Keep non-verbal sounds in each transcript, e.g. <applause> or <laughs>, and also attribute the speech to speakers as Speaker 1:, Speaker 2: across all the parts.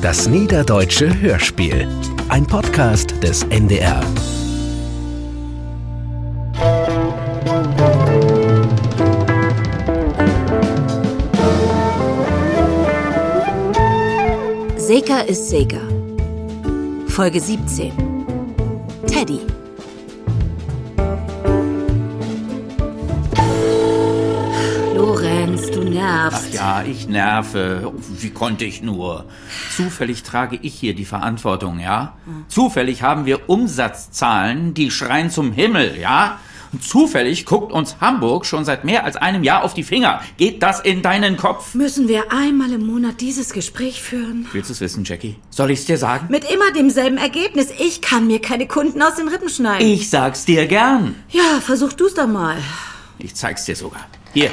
Speaker 1: Das Niederdeutsche Hörspiel. Ein Podcast des NDR.
Speaker 2: Seka ist Seka. Folge 17. Teddy. Lorenz, du nervst.
Speaker 3: Ach ja, ich nerve. Wie konnte ich nur? Zufällig trage ich hier die Verantwortung, ja? Zufällig haben wir Umsatzzahlen, die schreien zum Himmel, ja? Und zufällig guckt uns Hamburg schon seit mehr als einem Jahr auf die Finger. Geht das in deinen Kopf?
Speaker 2: Müssen wir einmal im Monat dieses Gespräch führen?
Speaker 3: Willst du es wissen, Jackie? Soll ich's dir sagen?
Speaker 2: Mit immer demselben Ergebnis. Ich kann mir keine Kunden aus den Rippen schneiden.
Speaker 3: Ich sag's dir gern.
Speaker 2: Ja, versuch du's doch mal.
Speaker 3: Ich zeig's dir sogar. Hier.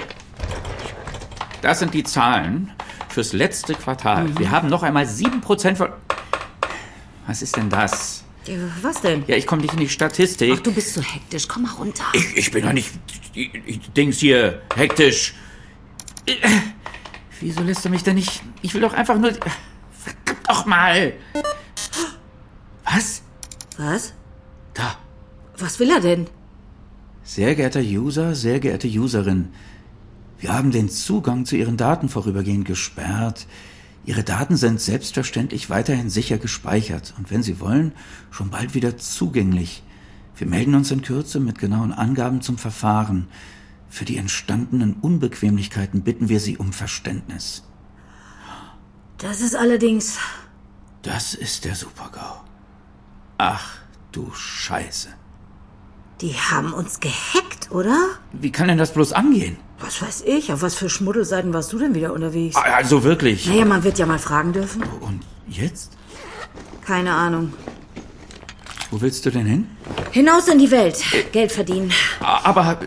Speaker 3: Das sind die Zahlen fürs letzte Quartal. Wir haben noch einmal 7% von. Was ist denn das?
Speaker 2: Ja, Was denn?
Speaker 3: Ja, ich komme nicht in die Statistik.
Speaker 2: Ach, du bist so hektisch. Komm mal runter.
Speaker 3: Ich, ich bin doch nicht. Ich, ich, Dings hier, hektisch. Äh, Wieso lässt du mich denn nicht. Ich will doch einfach nur. Verdammt doch mal! Was?
Speaker 2: Was?
Speaker 3: Da.
Speaker 2: Was will er denn?
Speaker 3: Sehr geehrter User, sehr geehrte Userin, wir haben den Zugang zu Ihren Daten vorübergehend gesperrt. Ihre Daten sind selbstverständlich weiterhin sicher gespeichert und wenn Sie wollen, schon bald wieder zugänglich. Wir melden uns in Kürze mit genauen Angaben zum Verfahren. Für die entstandenen Unbequemlichkeiten bitten wir Sie um Verständnis.
Speaker 2: Das ist allerdings.
Speaker 3: Das ist der Supergau. Ach du Scheiße.
Speaker 2: Die haben uns gehackt, oder?
Speaker 3: Wie kann denn das bloß angehen?
Speaker 2: Was weiß ich? Auf was für Schmuddelseiten warst du denn wieder unterwegs?
Speaker 3: Also wirklich.
Speaker 2: Naja, man wird ja mal fragen dürfen.
Speaker 3: Und jetzt?
Speaker 2: Keine Ahnung.
Speaker 3: Wo willst du denn hin?
Speaker 2: Hinaus in die Welt. Geld verdienen.
Speaker 3: A- Aber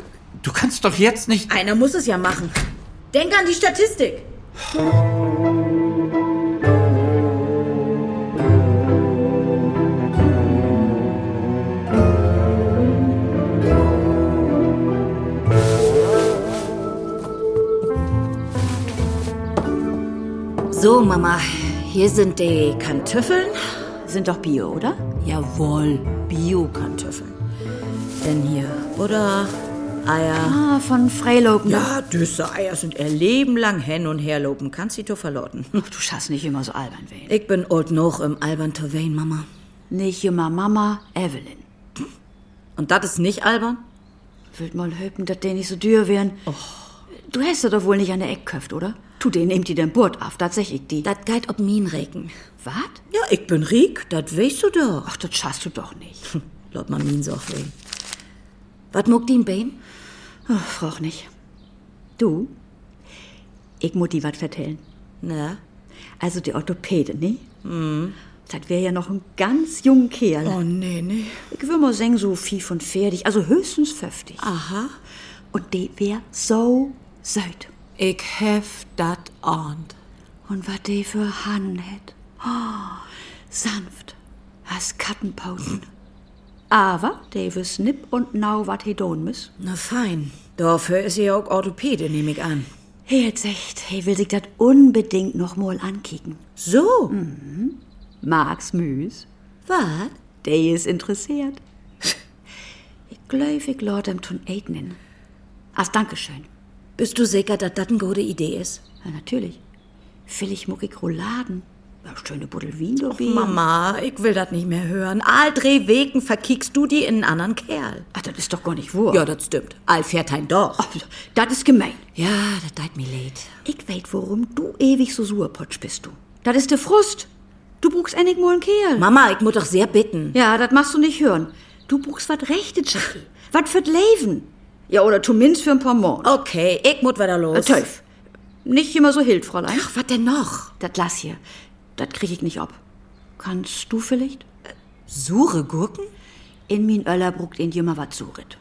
Speaker 3: du kannst doch jetzt nicht.
Speaker 2: Einer muss es ja machen. Denk an die Statistik. So, Mama, hier sind die Kartoffeln. Sind doch Bio, oder? Jawohl, Bio-Kartoffeln. Denn hier Butter, Eier.
Speaker 4: Ah, von Freilopen.
Speaker 2: Ja, diese Eier sind ihr Leben lang hin und her lopen. Kannst sie du verloten.
Speaker 4: Ach, du schaffst nicht immer so albern wen.
Speaker 2: Ich bin old noch im Alban Tervain, Mama.
Speaker 4: Nicht immer Mama, Evelyn.
Speaker 2: Und das ist nicht albern?
Speaker 4: Wild mal höpen, dass die nicht so dürr wären. Du hast sie doch wohl nicht an der Eck köft, oder? Tu den nehmt die den Bord auf, das sag ich die.
Speaker 2: Das geht ob Minenregen.
Speaker 4: Wat?
Speaker 2: Ja, ich bin Riek, das weißt du doch.
Speaker 4: Ach, das schaffst du doch nicht.
Speaker 2: Laut man Minen so weh. Was muckt ihn Bein?
Speaker 4: Ach, frag nicht. Du, ich muss dir wat vertellen.
Speaker 2: Na, Hm.
Speaker 4: Also die Orthopäde, ne? Mhm. Das wär ja noch ein ganz junger Kerl.
Speaker 2: Oh, nee, nee.
Speaker 4: Ich will mal sagen, so viel von fertig, also höchstens 50.
Speaker 2: Aha.
Speaker 4: Und die wär so süd.
Speaker 2: Ich hef dat ahnt.
Speaker 4: Und was die für Hannen hätt. Oh, sanft, als Kattenpauten. Aber die wüs nipp und nau, wat he don müs.
Speaker 2: Na fein. Dafür ist sie ja auch Orthopäde, nehme ich an.
Speaker 4: He het secht, he will sich dat unbedingt noch mal ankicken.
Speaker 2: So,
Speaker 4: Max Müs,
Speaker 2: wat?
Speaker 4: die is interessiert. <laughs> ich glaub, ich lade ihm tun eignen. Als Dankeschön.
Speaker 2: Bist du sicher, dass das eine gute Idee ist?
Speaker 4: Ja, natürlich. Vielleicht muckig Rouladen. Ja, schöne Buddel Wien, du
Speaker 2: Mama, ich will das nicht mehr hören. All drei Wegen verkickst du die in einen anderen Kerl.
Speaker 4: Ach, das ist doch gar nicht wahr.
Speaker 2: Ja, das stimmt. All fährt ein doch.
Speaker 4: Ach, das ist gemein.
Speaker 2: Ja, das deit mir leid.
Speaker 4: Ich weet, warum du ewig so Suhrpotsch bist du. Das ist der Frust. Du brauchst endlich mal einen Kerl.
Speaker 2: Mama, ich muss doch sehr bitten.
Speaker 4: ja, das machst du nicht hören. Du brauchst was Rechtes, Jackie. was für Leben. Ja, oder zumindest für ein paar
Speaker 2: Oh,
Speaker 4: Monate.
Speaker 2: Okay, ich muss weiter los.
Speaker 4: Teuf. Nicht immer so hild, Fräulein.
Speaker 2: Äh, Ach, was denn noch?
Speaker 4: Das lass hier. Das krieg ich nicht ab. Kannst du vielleicht?
Speaker 2: Sure Gurken?
Speaker 4: In min Öller bruckt in jemand was suret.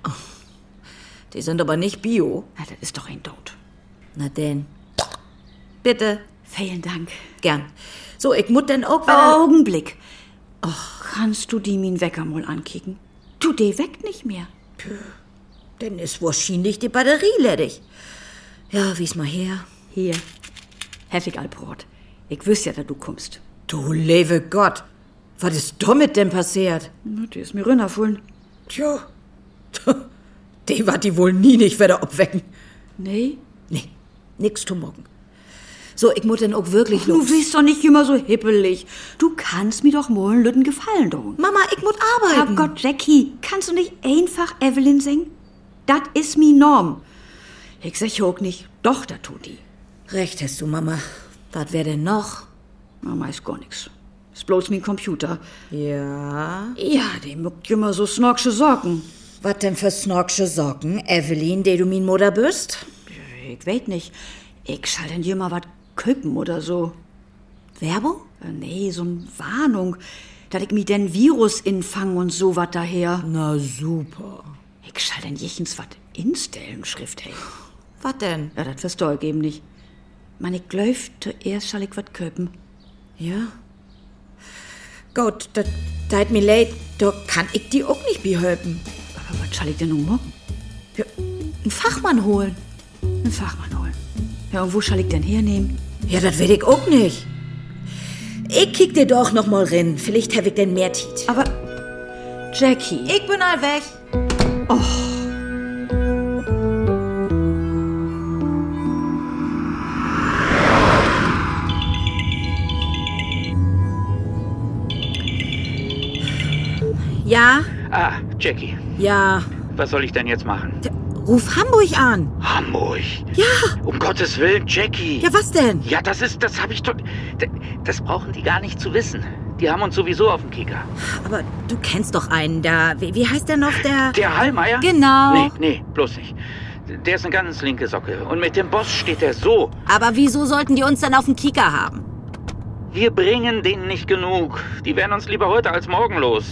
Speaker 2: Die sind aber nicht bio.
Speaker 4: Na, das ist doch ein Tod.
Speaker 2: Na denn. Bitte.
Speaker 4: Vielen Dank.
Speaker 2: Gern. So, ich muss denn auch weiter...
Speaker 4: Augenblick. Och, kannst du die min Wecker mal ankicken? Tu die weckt nicht mehr.
Speaker 2: Denn ist wahrscheinlich die Batterie ledig. Ja, wie's mal her.
Speaker 4: Hier, heffig Albrot. Ich wüsste ja, dass du kommst.
Speaker 2: Du lebe Gott, was ist damit denn passiert?
Speaker 4: Na, Die ist mir rinnerfüllen.
Speaker 2: Tja, <laughs> die wird die wohl nie nicht wieder abwecken.
Speaker 4: Nee?
Speaker 2: Nee, nix zu morgen. So, ich muss denn auch wirklich
Speaker 4: Du bist doch nicht immer so hippelig. Du kannst mir doch mal einen Lütten gefallen tun.
Speaker 2: Mama, ich muss
Speaker 4: Herr
Speaker 2: arbeiten.
Speaker 4: Gott, Jackie, kannst du nicht einfach Evelyn singen? Das ist mi Norm. Ich sag auch nicht, doch, da tut die.
Speaker 2: Recht hast du, Mama. Was wär denn noch?
Speaker 4: Mama ist gar nix. Ist bloß mi Computer.
Speaker 2: Ja.
Speaker 4: Ja, die muckt immer so snorksche Socken.
Speaker 2: Was denn für snorksche Socken, Evelyn, der du min Mutter bist?
Speaker 4: Ich weet nicht. Ich schall denn hier mal wat köpen oder so.
Speaker 2: Werbung?
Speaker 4: Äh, Nee, so n Warnung. Dat ich mi den Virus infang und so wat daher.
Speaker 2: Na super.
Speaker 4: Ich schall denn jechens wat instellen, Schrift, hey.
Speaker 2: Was denn?
Speaker 4: Ja, dat wirst du auch eben nicht. Man, ich läuft zuerst schall ich wat köpen.
Speaker 2: Ja. Gott, da seid mir leid, da kann ich die auch nicht behelfen.
Speaker 4: Aber was schall ich denn nun morgen?
Speaker 2: Ja, einen Fachmann holen.
Speaker 4: Einen Fachmann holen. Ja, und wo schall ich denn hernehmen?
Speaker 2: Ja, das will ich auch nicht. Ich kick dir doch noch mal rein. Vielleicht hab ich denn mehr Tiet.
Speaker 4: Aber. Jackie.
Speaker 2: Ich bin all weg. Oh. Ja,
Speaker 5: Ah, Jackie,
Speaker 2: ja.
Speaker 5: was soll ich denn jetzt machen?
Speaker 2: D- Ruf Hamburg an.
Speaker 5: Hamburg.
Speaker 2: Ja,
Speaker 5: Um Gottes Willen, Jackie.
Speaker 2: ja, was denn?
Speaker 5: Ja, das ist, das habe ich tot. d- Das brauchen die gar nicht zu wissen. Die haben uns sowieso auf dem Kicker.
Speaker 2: Aber du kennst doch einen da. Wie, wie heißt der noch, der...
Speaker 5: Der Hallmeier?
Speaker 2: Genau.
Speaker 5: Nee, nee, bloß nicht. Der ist eine ganz linke Socke. Und mit dem Boss steht er so.
Speaker 2: Aber wieso sollten die uns dann auf den Kieker haben?
Speaker 5: Wir bringen denen nicht genug. Die wären uns lieber heute als morgen los.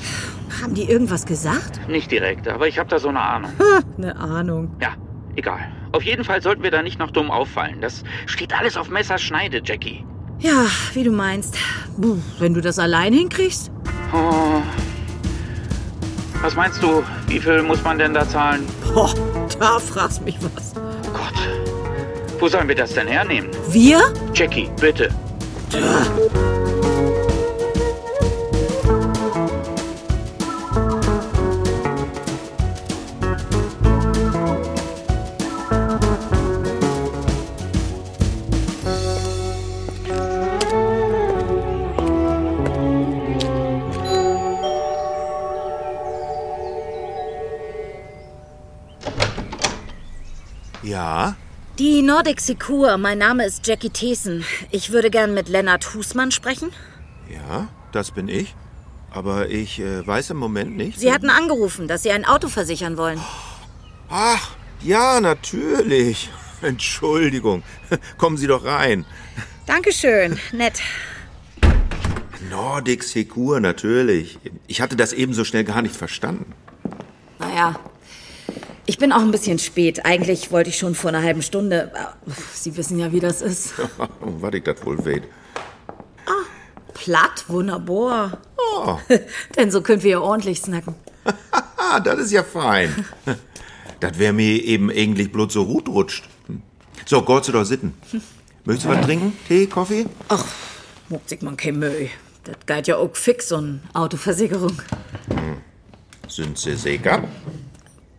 Speaker 2: Haben die irgendwas gesagt?
Speaker 5: Nicht direkt, aber ich habe da so eine Ahnung.
Speaker 2: Eine Hm, ne Ahnung.
Speaker 5: Ja, egal. Auf jeden Fall sollten wir da nicht noch dumm auffallen. Das steht alles auf Messerschneide, Jackie.
Speaker 2: Ja, wie du meinst. Puh, wenn du das allein hinkriegst?
Speaker 5: Oh. Was meinst du, wie viel muss man denn da zahlen?
Speaker 2: Boah, da fragst mich was.
Speaker 5: Gott, wo sollen wir das denn hernehmen?
Speaker 2: Wir?
Speaker 5: Jackie, bitte.
Speaker 6: Ja?
Speaker 2: Die Nordic Secure. Mein Name ist Jackie Thesen. Ich würde gern mit Lennart Husmann sprechen.
Speaker 6: Ja, das bin ich. Aber ich äh, weiß im Moment nicht.
Speaker 2: Sie hatten angerufen, dass Sie ein Auto versichern wollen.
Speaker 6: Ach, ja, natürlich. <laughs> Entschuldigung. <laughs> Kommen Sie doch rein.
Speaker 2: Dankeschön. Nett.
Speaker 6: Nordic Secure, natürlich. Ich hatte das eben so schnell gar nicht verstanden. <laughs>
Speaker 2: Naja. Ich bin auch ein bisschen spät. Eigentlich wollte ich schon vor einer halben Stunde. Sie wissen ja, wie das ist.
Speaker 6: Was ich das wohl weht.
Speaker 2: Platt, wunderbar.
Speaker 6: Oh,
Speaker 2: <laughs> Denn so können wir ja ordentlich snacken.
Speaker 6: ah, das ist ja fein. Das wäre mir eben eigentlich bloß so rot rutscht. So, Gott sei Dank sitten. Möchtest du was trinken? Tee, Kaffee?
Speaker 2: Ach, muckt sich man kein Müll. Das geht ja auch fix, so eine Autoversicherung.
Speaker 6: Sind Sie sicher?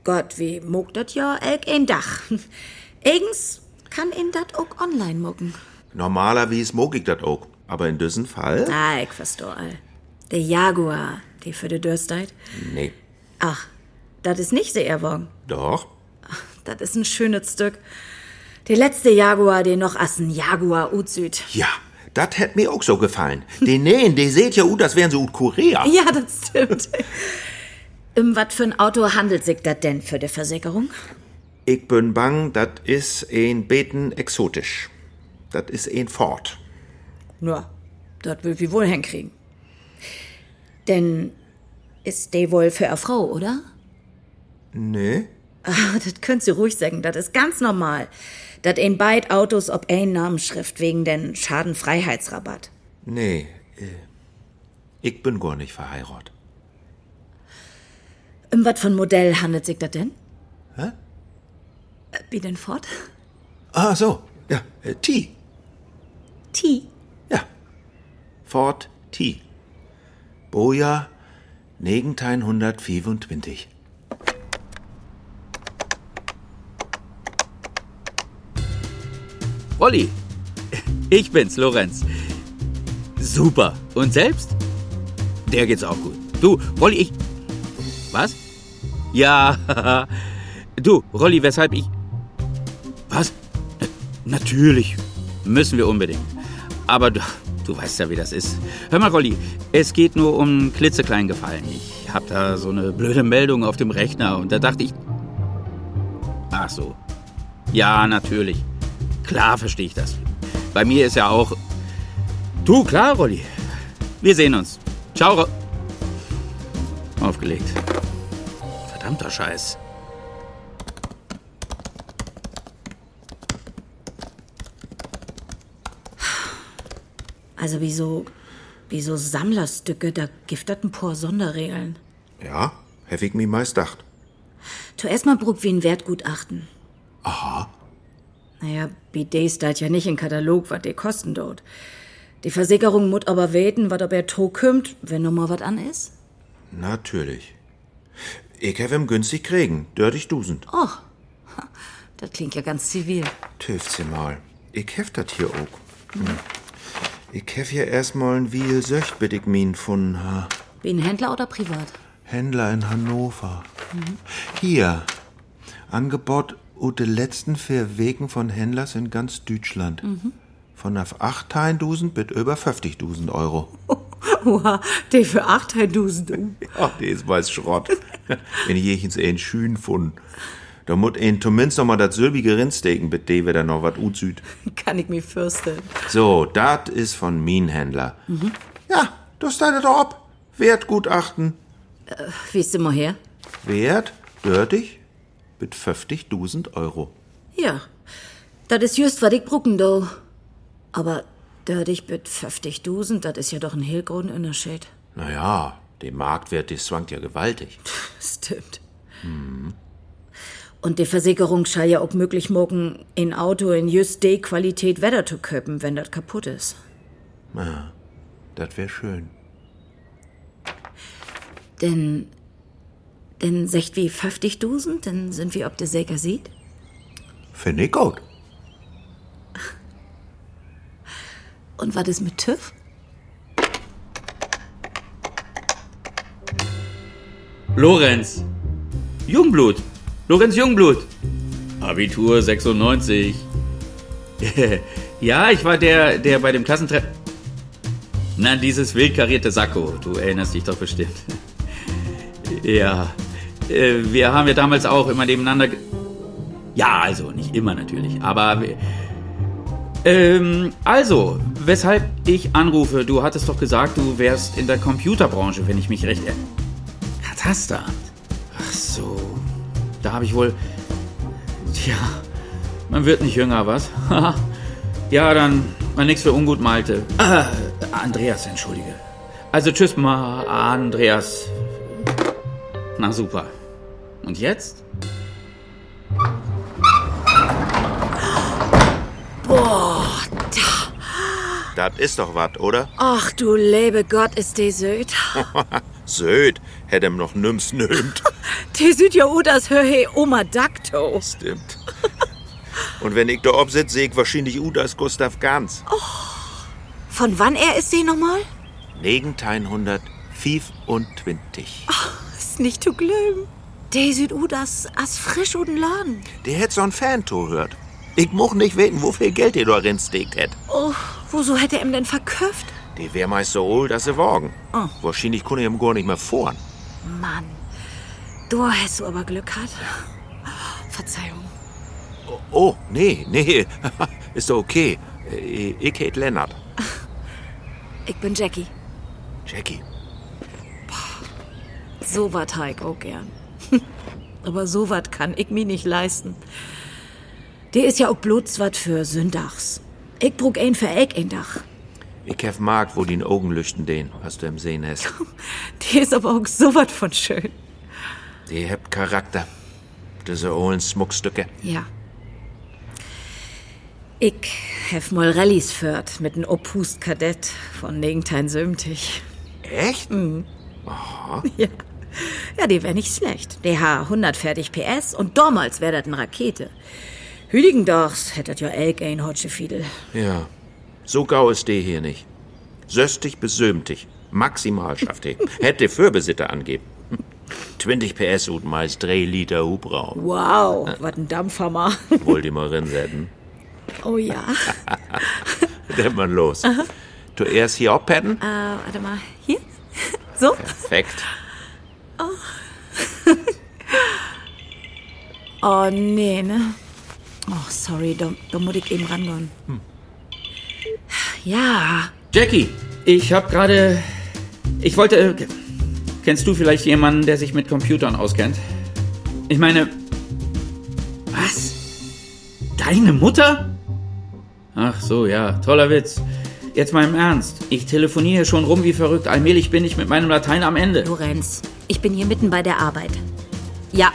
Speaker 2: Gott, wie muckt das ja elk ein Dach. <laughs> Egens kann ihn das auch online mucken.
Speaker 6: Normalerweise mag ich das auch. Aber in diesem Fall?
Speaker 2: Ah, ich verstehe all. Der Jaguar, die für die Dürstheit.
Speaker 6: Nee.
Speaker 2: Ach, das ist nicht der Erwagen.
Speaker 6: Doch.
Speaker 2: Das ist ein schönes Stück. Der letzte Jaguar, den noch assen Jaguar Utsüd.
Speaker 6: Ja, das hätt mir auch so gefallen. Die nähen, die seht ja, uh, das wären so ut
Speaker 2: <laughs>
Speaker 6: Korea.
Speaker 2: Ja, das <laughs> stimmt. Im was für ein Auto handelt sich das denn für die Versicherung?
Speaker 6: Ich bin bang, das is ein Beten exotisch. Das is ein Ford.
Speaker 2: Ja, das will wir wohl hinkriegen. Denn ist der wohl für eine Frau, oder?
Speaker 6: Nee?
Speaker 2: Ah, das könnt ihr ruhig sagen, das ist ganz normal. Dat in beid Autos ob ein Namensschrift wegen den Schadenfreiheitsrabatt.
Speaker 6: Nee. äh, Ich bin gar nicht verheiratet.
Speaker 2: Im wat Um von Modell handelt sich das denn?
Speaker 6: Hä?
Speaker 2: Äh, Wie denn fort?
Speaker 6: Ah, so. Ja, äh, T.
Speaker 2: T.
Speaker 6: Ja. Fort T. Boja 1925.
Speaker 3: Olli, ich bin's, Lorenz. Super. Und selbst? Der geht's auch gut. Du, Rolli, ich. Was? Ja. <laughs> Du, Rolli, weshalb ich. Was? Na, natürlich. Müssen wir unbedingt. Aber du, du weißt ja, wie das ist. Hör mal, Rolli, es geht nur um einen klitzekleinen Gefallen. Ich hab da so eine blöde Meldung auf dem Rechner und da dachte ich. Ach so. Ja, natürlich. Klar verstehe ich das. Bei mir ist ja auch. Du, klar, Rolli. Wir sehen uns. Ciao, Ro Aufgelegt. Verdammter Scheiß.
Speaker 2: Also wieso, wieso Sammlerstücke, da gifterten paar Sonderregeln.
Speaker 6: Ja, hätte ich mir meist dacht.
Speaker 2: Zuerst mal prob wie ein Wertgutachten. Aha. Naja, BD steht ja nicht im Katalog, was die kosten dort. Die Versicherung muss aber weten, was ob er to kümmt, wenn noch mal was an ist.
Speaker 6: Natürlich. Ich habe ihm günstig kriegen, dörtig dusend. Oh.
Speaker 2: Das klingt ja ganz zivil.
Speaker 6: sie mal. Ich hef dat hier auch. Hm. Ich hef hier erstmal ein Wiel Söcht, bitte ich min von ha.
Speaker 2: Wie ein Händler oder privat?
Speaker 6: Händler in Hannover. Hier. Angebot ute letzten vier Wegen von Händlers in ganz Deutschland. Von auf 8.000 bis über 50.000 Euro.
Speaker 2: Oha, die für 8.000.
Speaker 6: Ach, die ist weiß Schrott. Wenn ich jechens einen schön von. Da muss ein zumindest noch mal das silbige Rindsteak, mit dem wir dann noch was utsüd.
Speaker 2: <laughs> Kann ich mir fürsten.
Speaker 6: So, dat is von Minenhändler. Ja, das steigt doch ab. Wertgutachten.
Speaker 2: Wie ist immer her?
Speaker 6: Wert, dörtig, mit 50.000 Euro.
Speaker 2: Ja, das ist just, was ich brucken do. Aber dadurch wird 50.000, das ist ja doch ein hellgrund Unterschied.
Speaker 6: Naja, der Marktwert, der schwankt ja gewaltig.
Speaker 2: Stimmt. Und die Versicherung schall ja auch möglich morgen ein Auto in just de Qualität Wetter zu köpen, wenn das kaputt ist.
Speaker 6: Das wär schön.
Speaker 2: Denn, denn secht wie 50.000, dann sind wir ob der Säger sieht.
Speaker 6: Find ich gut.
Speaker 2: Und was ist mit TÜV?
Speaker 3: Lorenz. Jungblut. Lorenz Jungblut. Abitur 96. <laughs> ja, ich war der, der bei dem Klassentreffen. Na, dieses wildkarierte Sakko. Du erinnerst dich doch bestimmt. <laughs> ja. äh, Wir haben ja damals auch immer nebeneinander. ge- Ja, also nicht immer natürlich, aber. wir- Ähm, also, weshalb ich anrufe, du hattest doch gesagt, du wärst in der Computerbranche, wenn ich mich recht erinnere. Katasteramt. Ach so. Da habe ich wohl. Tja, man wird nicht jünger, was? <laughs> ja, dann mal nix für ungut, Malte. Ah, Andreas, entschuldige. Also tschüss mal, Andreas. Na super. Und jetzt?
Speaker 6: Das ist doch wat, oder?
Speaker 2: Ach du lebe Gott, ist de Süd.
Speaker 6: Söd, hätt ihm noch nimm's nömt.
Speaker 2: De Süd ja oh, das hör he Oma Dakto.
Speaker 6: Stimmt. Und wenn ich da obsitz, seh ich wahrscheinlich ut als Gustav Ganz.
Speaker 2: Von wann er ist de nochmal?
Speaker 6: 1925.
Speaker 2: Ist nicht zu glauben. De Süd oh, das as frisch und laden.
Speaker 6: Der hätt so'n Fan-Tour hört. Ich moch nicht weten, wo viel Geld der da reinsteckt hätt.
Speaker 2: Oh, wieso hätte er ihm denn verköpft?
Speaker 6: Die wär meist so hohl, dass sie wagen. Wahrscheinlich konnte ich ihm gar nicht mehr fahren.
Speaker 2: Mann, du hast du aber Glück gehabt. Verzeihung.
Speaker 6: Oh, nee, nee, <laughs> ist doch okay. Äh, Ich hätt Lennart.
Speaker 2: Ich bin Jackie.
Speaker 6: Jackie.
Speaker 2: So wat ha ich auch gern. <laughs> aber so wat kann ich mir nicht leisten. Der ist ja auch bloß wat für Sündachs. Ich brug ein für Eck ein Dach. <laughs>
Speaker 6: Ich hef mag, wo die Augen lüchten den, was du im Sehen hast.
Speaker 2: Der ist aber auch so wat von schön.
Speaker 6: Die hebt Charakter. Diese hohlen Smuckstücke.
Speaker 2: Ja. Ich Hef Morellis führt mit einem Opus Kadett von Negentein Sümtig.
Speaker 6: Echt?
Speaker 2: Ja. Ja, die wär nicht schlecht. DH 100 fertig PS und damals wär das eine Rakete. Hüdigendachs hättet ja elk ein Hotsche Fiedel.
Speaker 6: Ja. So gau ist die hier nicht. Söstig besömtig. Maximal
Speaker 2: <laughs>
Speaker 6: schafft die. Hätte Fürbesitter angeben. 20 PS und meist 3 Liter Hubraum.
Speaker 2: Wow, was ein Dampfhammer.
Speaker 6: Wollt ihr mal rinsetten?
Speaker 2: Oh ja.
Speaker 6: Dann mal los. Zuerst hier abpetten?
Speaker 2: Äh, warte mal, hier? <laughs> So?
Speaker 6: Perfekt.
Speaker 2: Oh nee, ne? Oh, sorry, da, da muss ich eben rangehen. Ja,
Speaker 3: Jackie, ich habe gerade. Ich wollte. Kennst du vielleicht jemanden, der sich mit Computern auskennt? Ich meine. Was? Deine Mutter? Ach so, ja, toller Witz. Jetzt mal im Ernst. Ich telefoniere schon rum wie verrückt. Allmählich bin ich mit meinem Latein am Ende.
Speaker 2: Lorenz, ich bin hier mitten bei der Arbeit. Ja,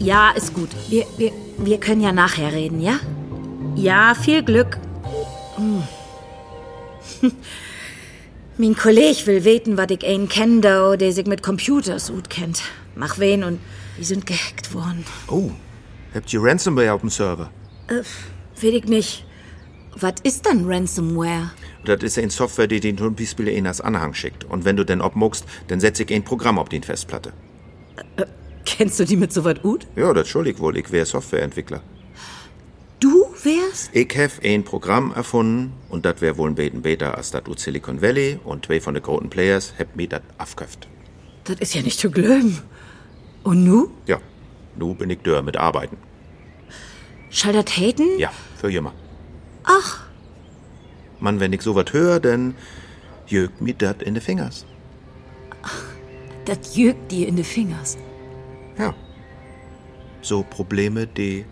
Speaker 2: ja, ist gut. Wir, wir, wir können ja nachher reden, ja? Ja, viel Glück. Hm. <laughs> mein Kolleg will weten, was ich einen kenn, da, der sich mit Computers gut kennt. Mach wen und die sind gehackt worden.
Speaker 6: Oh, habt ihr Ransomware auf dem Server?
Speaker 2: Äh, will ich nicht. Was ist denn Ransomware?
Speaker 6: Das ist eine Software, die den Tonpispieler in das Anhang schickt. Und wenn du den obmuckst, dann setz ich ein Programm auf den Festplatte.
Speaker 2: <laughs> Kennst du die mit so was gut?
Speaker 6: Ja, das schuldig wohl, ich wär Softwareentwickler.
Speaker 2: Du wärst?
Speaker 6: Ich hef ein Programm erfunden und das wär wohl ein beten Beta als das ut Silicon Valley und zwei von den großen Players heb mir das afköpft.
Speaker 2: Das ist ja nicht zu glauben. Und nu?
Speaker 6: Ja, nu bin ich dörr mit Arbeiten.
Speaker 2: Schall das haten?
Speaker 6: Ja, für jemmer. Ach. Mann, wenn ich sowas höre, dann jögt mir dat in de Fingers.
Speaker 2: Das jügt dir in die Fingers.
Speaker 6: Ja. So Probleme, die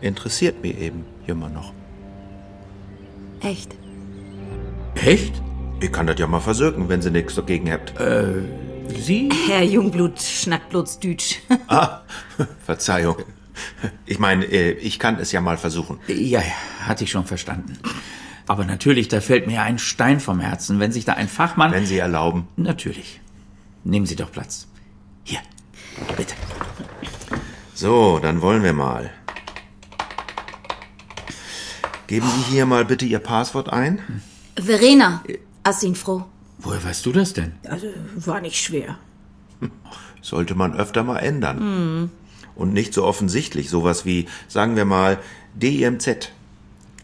Speaker 6: interessiert mir eben immer noch.
Speaker 4: Echt?
Speaker 3: Echt?
Speaker 6: Ich kann das ja mal versöken, wenn sie nichts dagegen habt.
Speaker 3: Sie?
Speaker 2: Herr Jungblut, Schnackblutsdütsch.
Speaker 6: Verzeihung. Ich meine, äh, ich kann es ja mal versuchen.
Speaker 3: Ja, ja, hatte ich schon verstanden. Aber natürlich, da fällt mir ein Stein vom Herzen, wenn sich da ein Fachmann.
Speaker 6: Wenn Sie erlauben.
Speaker 3: Natürlich. Nehmen Sie doch Platz. Hier, bitte.
Speaker 6: So, dann wollen wir mal. Geben Sie hier mal bitte Ihr Passwort ein.
Speaker 2: Verena, hast ihn froh.
Speaker 3: Woher weißt du das denn?
Speaker 2: War nicht schwer.
Speaker 6: Sollte man öfter mal ändern.
Speaker 3: Hm.
Speaker 6: Und nicht so offensichtlich. Sowas wie, sagen wir mal, DIMZ.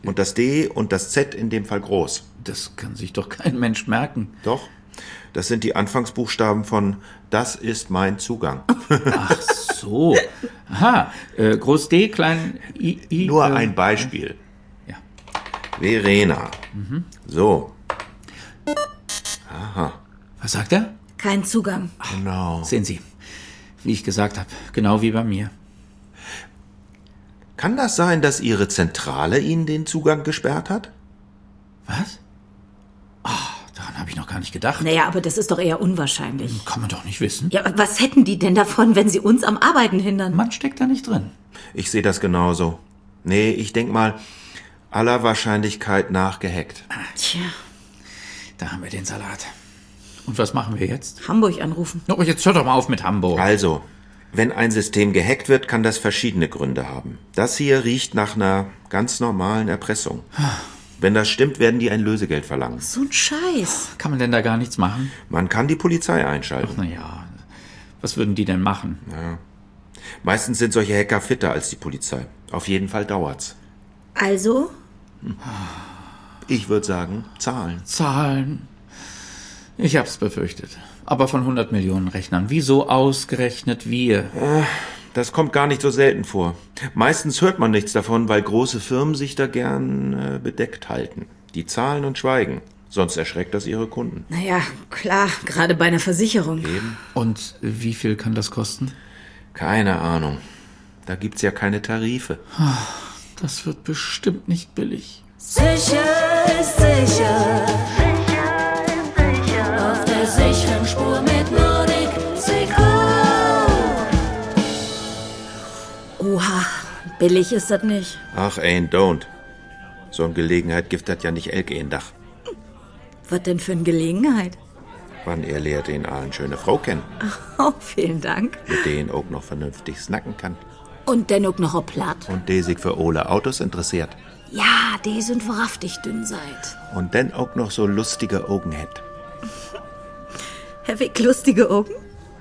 Speaker 6: Und das D und das Z in dem Fall groß.
Speaker 3: Das kann sich doch kein Mensch merken.
Speaker 6: Doch. Das sind die Anfangsbuchstaben von Das ist mein Zugang.
Speaker 3: Ach
Speaker 6: <laughs>
Speaker 3: so. Aha, äh, groß D, klein I. I
Speaker 6: Nur
Speaker 3: äh,
Speaker 6: ein Beispiel.
Speaker 3: Ja. Mhm.
Speaker 6: Verena. So,
Speaker 3: Was sagt er?
Speaker 2: Kein Zugang.
Speaker 6: genau.
Speaker 3: Sehen Sie, wie ich gesagt habe, genau wie bei mir.
Speaker 6: Kann das sein, dass Ihre Zentrale Ihnen den Zugang gesperrt hat?
Speaker 3: Was? Ah, daran habe ich noch gar nicht gedacht.
Speaker 2: Naja, aber das ist doch eher unwahrscheinlich.
Speaker 3: Kann man doch nicht wissen.
Speaker 2: Ja, aber was hätten die denn davon, wenn sie uns am Arbeiten hindern?
Speaker 3: Man steckt da nicht drin.
Speaker 6: Ich sehe das genauso. Nee, ich denk mal, aller Wahrscheinlichkeit nach gehackt.
Speaker 2: Tja,
Speaker 3: Da haben wir den Salat. Und was machen wir jetzt?
Speaker 2: Hamburg anrufen.
Speaker 3: Oh, jetzt hört doch mal auf mit Hamburg.
Speaker 6: Also, wenn ein System gehackt wird, kann das verschiedene Gründe haben. Das hier riecht nach einer ganz normalen Erpressung. Wenn das stimmt, werden die ein Lösegeld verlangen.
Speaker 2: So ein Scheiß.
Speaker 3: Kann man denn da gar nichts machen?
Speaker 6: Man kann die Polizei einschalten.
Speaker 3: Naja, was würden die denn machen?
Speaker 6: Meistens sind solche Hacker fitter als die Polizei. Auf jeden Fall dauert's.
Speaker 2: Also?
Speaker 6: Ich würde sagen, Zahlen.
Speaker 3: Zahlen. Ich hab's befürchtet. Aber von 100 Millionen Rechnern. Wieso ausgerechnet wir?
Speaker 6: Das kommt gar nicht so selten vor. Meistens hört man nichts davon, weil große Firmen sich da gern äh, bedeckt halten. Die zahlen und schweigen. Sonst erschreckt das ihre Kunden.
Speaker 2: Naja, klar, gerade bei einer Versicherung.
Speaker 3: Und wie viel kann das kosten?
Speaker 6: Keine Ahnung. Da gibt's ja keine Tarife.
Speaker 3: Das wird bestimmt nicht billig.
Speaker 7: Sicher ist sicher. Auf der sicheren Spur mit Nordic Secure.
Speaker 2: Oha, billig ist das nicht.
Speaker 6: Ach, ain't don't. So eine Gelegenheit gibt das ja nicht elk ein Dach.
Speaker 2: Was denn für eine Gelegenheit?
Speaker 6: Wann er lehrt ihn allen schöne Frau kennen,
Speaker 2: Oh, vielen Dank.
Speaker 6: mit denen auch noch vernünftig snacken kann.
Speaker 2: Und dennoch noch ein platt.
Speaker 6: Und der sich für Ole Autos interessiert.
Speaker 2: Ja, die sind wahrhaftig dünn seid.
Speaker 6: Und dann auch noch so lustige Augen hat.
Speaker 2: Herr Wick, lustige Augen?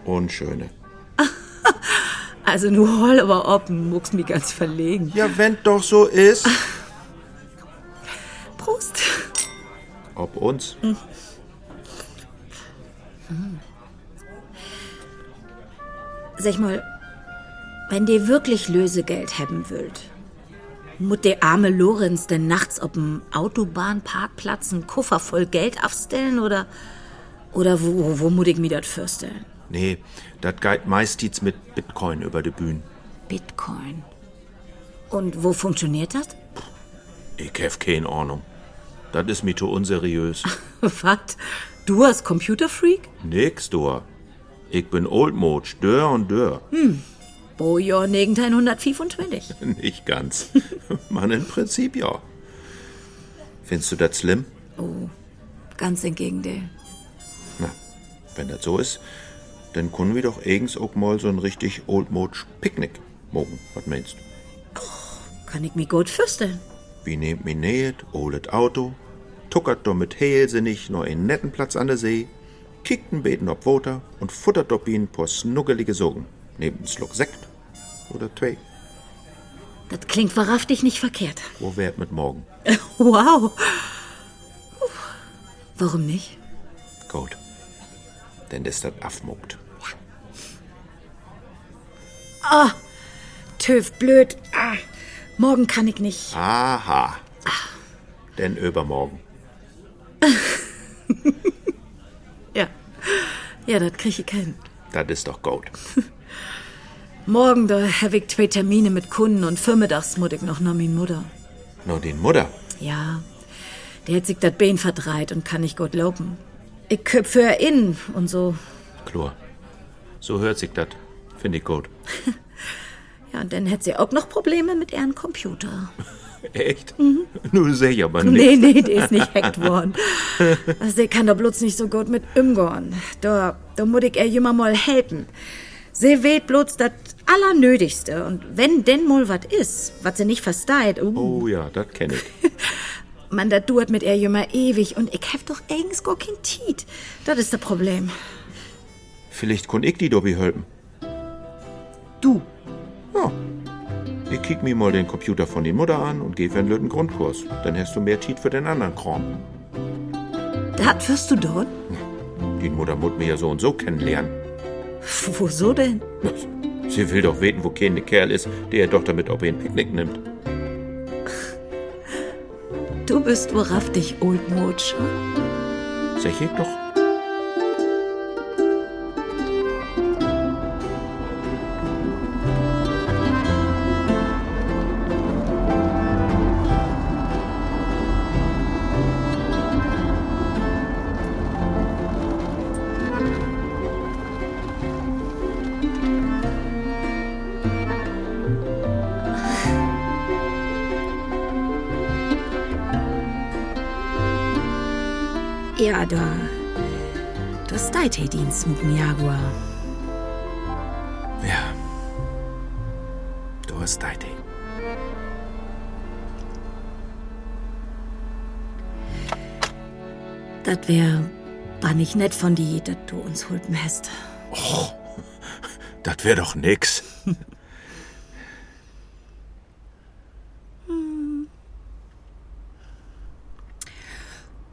Speaker 6: Und schöne.
Speaker 2: Also nur hol aber oppen, muckst mich ganz verlegen.
Speaker 6: Ja, wenn doch so ist.
Speaker 2: Prost.
Speaker 6: Ob uns.
Speaker 2: Sag mal, wenn die wirklich Lösegeld haben wollt, muss der arme Lorenz denn nachts auf dem Autobahnparkplatz einen Koffer voll Geld aufstellen oder, oder wo, wo muss ich mir das vorstellen?
Speaker 6: Nee, das geht meistens mit Bitcoin über die Bühne.
Speaker 2: Bitcoin. Und wo funktioniert das? <laughs>
Speaker 6: Ich hab keine Ahnung. Das ist mir zu unseriös.
Speaker 2: Was? Du als Computerfreak?
Speaker 6: Nix, du. Ich bin oldmod, stör und dör.
Speaker 2: Bojo, negentein 125.
Speaker 6: <laughs> Nicht ganz. Man im Prinzip ja. Findest du das schlimm?
Speaker 2: Ganz im Gegenteil.
Speaker 6: Na, wenn das so ist, dann können wir doch eigens auch mal so ein richtig oldmod Picknick morgen. Was meinst
Speaker 2: Kann ich mir gut vorstellen.
Speaker 6: Wie nehmt mir nähet, holet Auto, tuckert do mit Häelsinnig noch einen netten Platz an der See, kickt ein Beten ob Woter und futtert ob ihn paar snuggelige Sogen, nehmt einen Schluck Sekt oder zwei.
Speaker 2: Das klingt wahrhaftig nicht verkehrt.
Speaker 6: Wo wär't mit morgen?
Speaker 2: Wow. Puh. Warum nicht?
Speaker 6: Gut. Denn das dat afmuckt.
Speaker 2: Töv, blöd. Ah, morgen kann ich nicht.
Speaker 6: Aha. Denn übermorgen.
Speaker 2: Ja. Ja, das kriege ich hin.
Speaker 6: Das ist doch gut.
Speaker 2: Morgen, da habe ich zwei Termine mit Kunden und vormittags muss ich noch nach min Mutter.
Speaker 6: Nur den Mutter.
Speaker 2: Ja. Der hat sich das Bein verdreht und kann nicht gut laufen. Ich köpfe er in und so.
Speaker 6: Klar. So hört sich dat. Find ich gut.
Speaker 2: Ja, und dann hat sie auch noch Probleme mit ihrem Computer.
Speaker 6: Echt? <laughs> Mhm. Nur seh ich aber nicht.
Speaker 2: Nee, nee, der ist nicht hackt worden. Also der kann doch bloß nicht so gut mit umgehen. Da, da muss ich ihr jemand mal helfen. Sie weht bloß das Allernötigste. Und wenn denn mal was ist, was sie nicht versteht, uh,
Speaker 6: Oh ja, dat kenn ich.
Speaker 2: man, das duert mit ihr jemand ewig. Und ich hab doch eigens gar kein Tiet. Das ist das Problem.
Speaker 6: Vielleicht kon ich die Dobby helfen.
Speaker 2: Du,
Speaker 6: Ja. Ich kick mir mal den Computer von die Mutter an und geh für einen löten Grundkurs. Dann hast du mehr Tiet für den anderen Kram.
Speaker 2: das wirst du dort?
Speaker 6: Die Mutter muss mir ja so und so kennenlernen.
Speaker 2: Wieso denn?
Speaker 6: Na, Sie will doch weten, wo kein Kerl ist, der doch damit ob er ein Picknick nimmt.
Speaker 2: Du bist wahrhaftig oldmodisch.
Speaker 6: Sag ich doch.
Speaker 2: Ja, da. Das deit he Dienst mit dem Jaguar.
Speaker 6: Ja. Du hast deine.
Speaker 2: Das wär war nicht nett von dir, dass du uns hulpen hast.
Speaker 6: Das wär doch nix.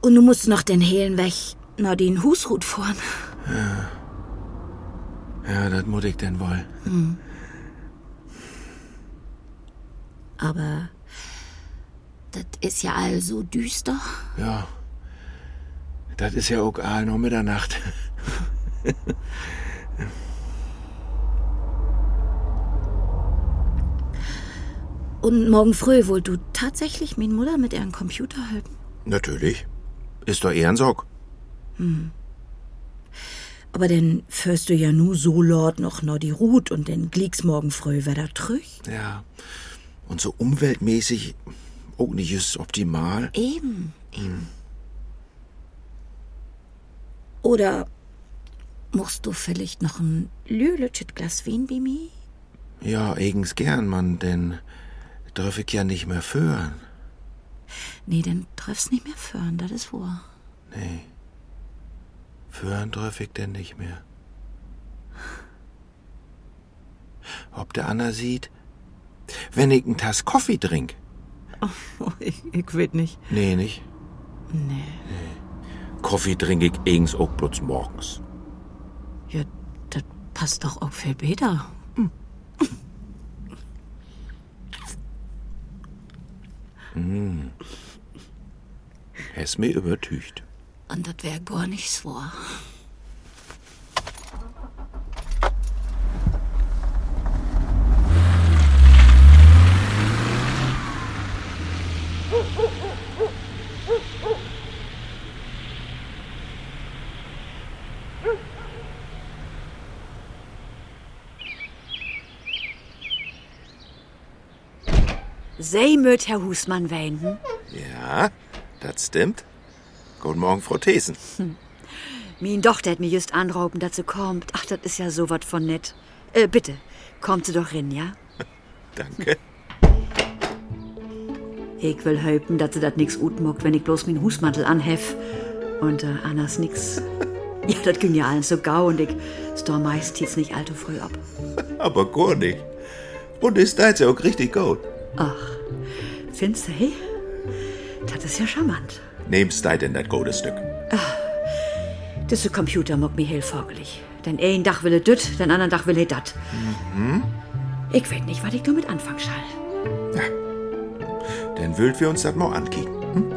Speaker 2: Und du musst noch den Hehlen weg, na den Husrut fahren.
Speaker 6: Ja, das muss ich denn wohl.
Speaker 2: Aber das ist ja all so düster.
Speaker 6: Ja. Das ist ja auch all noch Mitternacht.
Speaker 2: Und morgen früh wollt du tatsächlich min Mutter mit ihrem Computer helfen.
Speaker 6: Natürlich. Ist doch Ehrensorg.
Speaker 2: Aber dann fährst du ja nu so lord noch na die Rut und dann glieks morgen früh wär da trüch.
Speaker 6: Ja. Und so umweltmäßig auch nicht ist optimal.
Speaker 8: Eben, eben. Oder musst du vielleicht noch ein lülütschet Glas Wein bei mir?
Speaker 6: Ja, eigens gern, Mann, denn darf ich ja nicht mehr führen.
Speaker 8: Nee, dann treff's nicht mehr fören, das ist wahr.
Speaker 6: Nee. Führen darf ich denn nicht mehr. Ob der Anna sieht, wenn ich einen Tass Kaffee trink.
Speaker 8: Oh,
Speaker 2: Ich, ich will nicht.
Speaker 6: Nee, nicht? Nee. Kaffee trinke ich eigens auch bloß morgens.
Speaker 8: Ja, das passt doch auch viel besser.
Speaker 6: Hm.
Speaker 8: <laughs>
Speaker 6: Es Hm. mir übertücht.
Speaker 8: Und das wär gar nichts wahr.
Speaker 4: Sei möt Herr Husmann weinen.
Speaker 6: Ja, das stimmt. Guten Morgen, Frau Thesen.
Speaker 4: Min Tochter hat mir just anrauben, dass sie kommt. Ach, das ist ja so wat von nett. Äh, bitte, kommt sie doch rin, ja?
Speaker 6: Danke. <laughs>
Speaker 4: Ich will höpen, dass sie dat nix utmuckt, wenn ich bloß min Husmantel anhef. Und äh, anders nix. <laughs> Ja, das ging ja allen so gau und ich stor meist jetzt nicht allzu früh ab.
Speaker 6: Aber gar nicht. Und ist da jetzt ja auch richtig gut.
Speaker 4: Findest du, hey? Das ist ja charmant.
Speaker 6: Nehmst da denn das gute Stück?
Speaker 4: Das Computer mag mir heel vorgelig. Den einen Tag will er düt, den anderen Tag will er dat. Ich weet nicht, was ich damit anfangen soll.
Speaker 6: Dann würden wir uns das mal ankicken. Hm?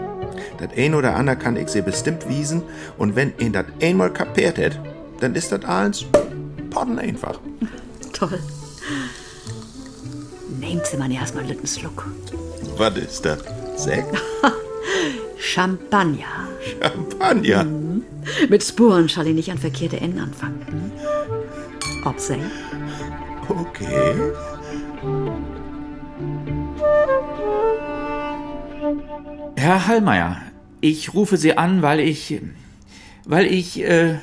Speaker 6: Das ein oder andere kann ich sie bestimmt wiesen. Und wenn ihn das einmal kapiert hätt, dann ist das alles pardon einfach.
Speaker 4: Toll. Nehmt sie man erstmal einen lütten Schluck.
Speaker 6: Was ist das? Sekt? <laughs>
Speaker 4: Champagner.
Speaker 6: Champagner?
Speaker 4: Mit Spuren soll ich nicht an verkehrte Enden anfangen. Hm? Ob sei?
Speaker 6: Okay.
Speaker 3: Herr Hallmeier, ich rufe Sie an, weil ich. weil ich. Äh,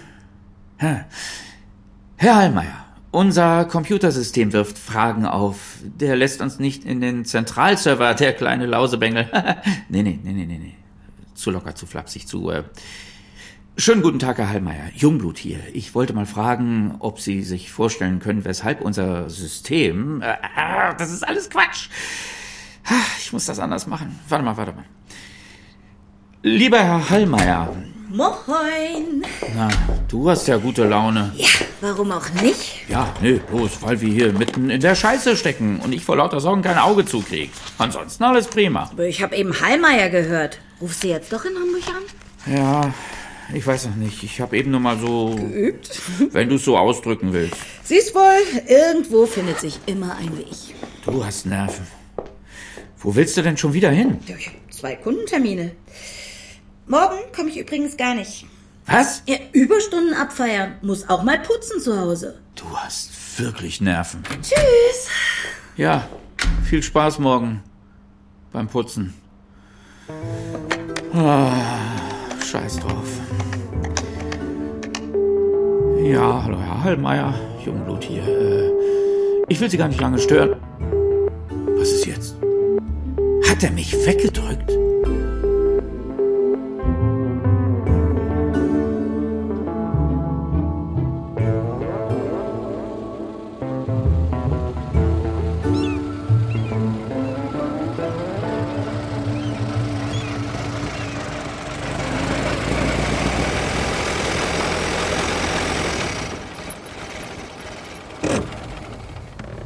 Speaker 3: hä? Herr Hallmeier, unser Computersystem wirft Fragen auf. Der lässt uns nicht in den Zentralserver, der kleine Lausebengel. <laughs> nee, nee, nee, nee, nee, nee. Zu locker, zu flapsig, zu. Äh. Schönen guten Tag, Herr Hallmeier. Jungblut hier. Ich wollte mal fragen, ob Sie sich vorstellen können, weshalb unser System. Äh, ah, das ist alles Quatsch. Ich muss das anders machen. Warte mal, warte mal. Lieber Herr Hallmeier,
Speaker 2: Moin!
Speaker 3: na, du hast ja gute Laune.
Speaker 2: Ja, warum auch nicht?
Speaker 3: Ja, nee, bloß weil wir hier mitten in der Scheiße stecken und ich vor lauter Sorgen kein Auge zukrieg. Ansonsten alles prima.
Speaker 2: Aber ich habe eben Hallmeier gehört. Ruf sie jetzt doch in Hamburg an?
Speaker 3: Ja, ich weiß noch nicht. Ich habe eben nur mal so... Geübt? Wenn du es so ausdrücken willst.
Speaker 2: Siehst wohl, irgendwo findet sich immer ein Weg.
Speaker 3: Du hast Nerven. Wo willst du denn schon wieder hin?
Speaker 2: Ja, ich habe zwei Kundentermine. Morgen komme ich übrigens gar nicht.
Speaker 3: Was?
Speaker 2: Ja, Überstunden abfeiern. Muss auch mal putzen zu Hause.
Speaker 3: Du hast wirklich Nerven. Tschüss. Ja, viel Spaß morgen beim Putzen. Ah, scheiß drauf. Ja, hallo Herr Hallmeier, Jungblut hier. Äh, Ich will Sie gar nicht lange stören. Was ist jetzt? Hat er mich weggedrückt?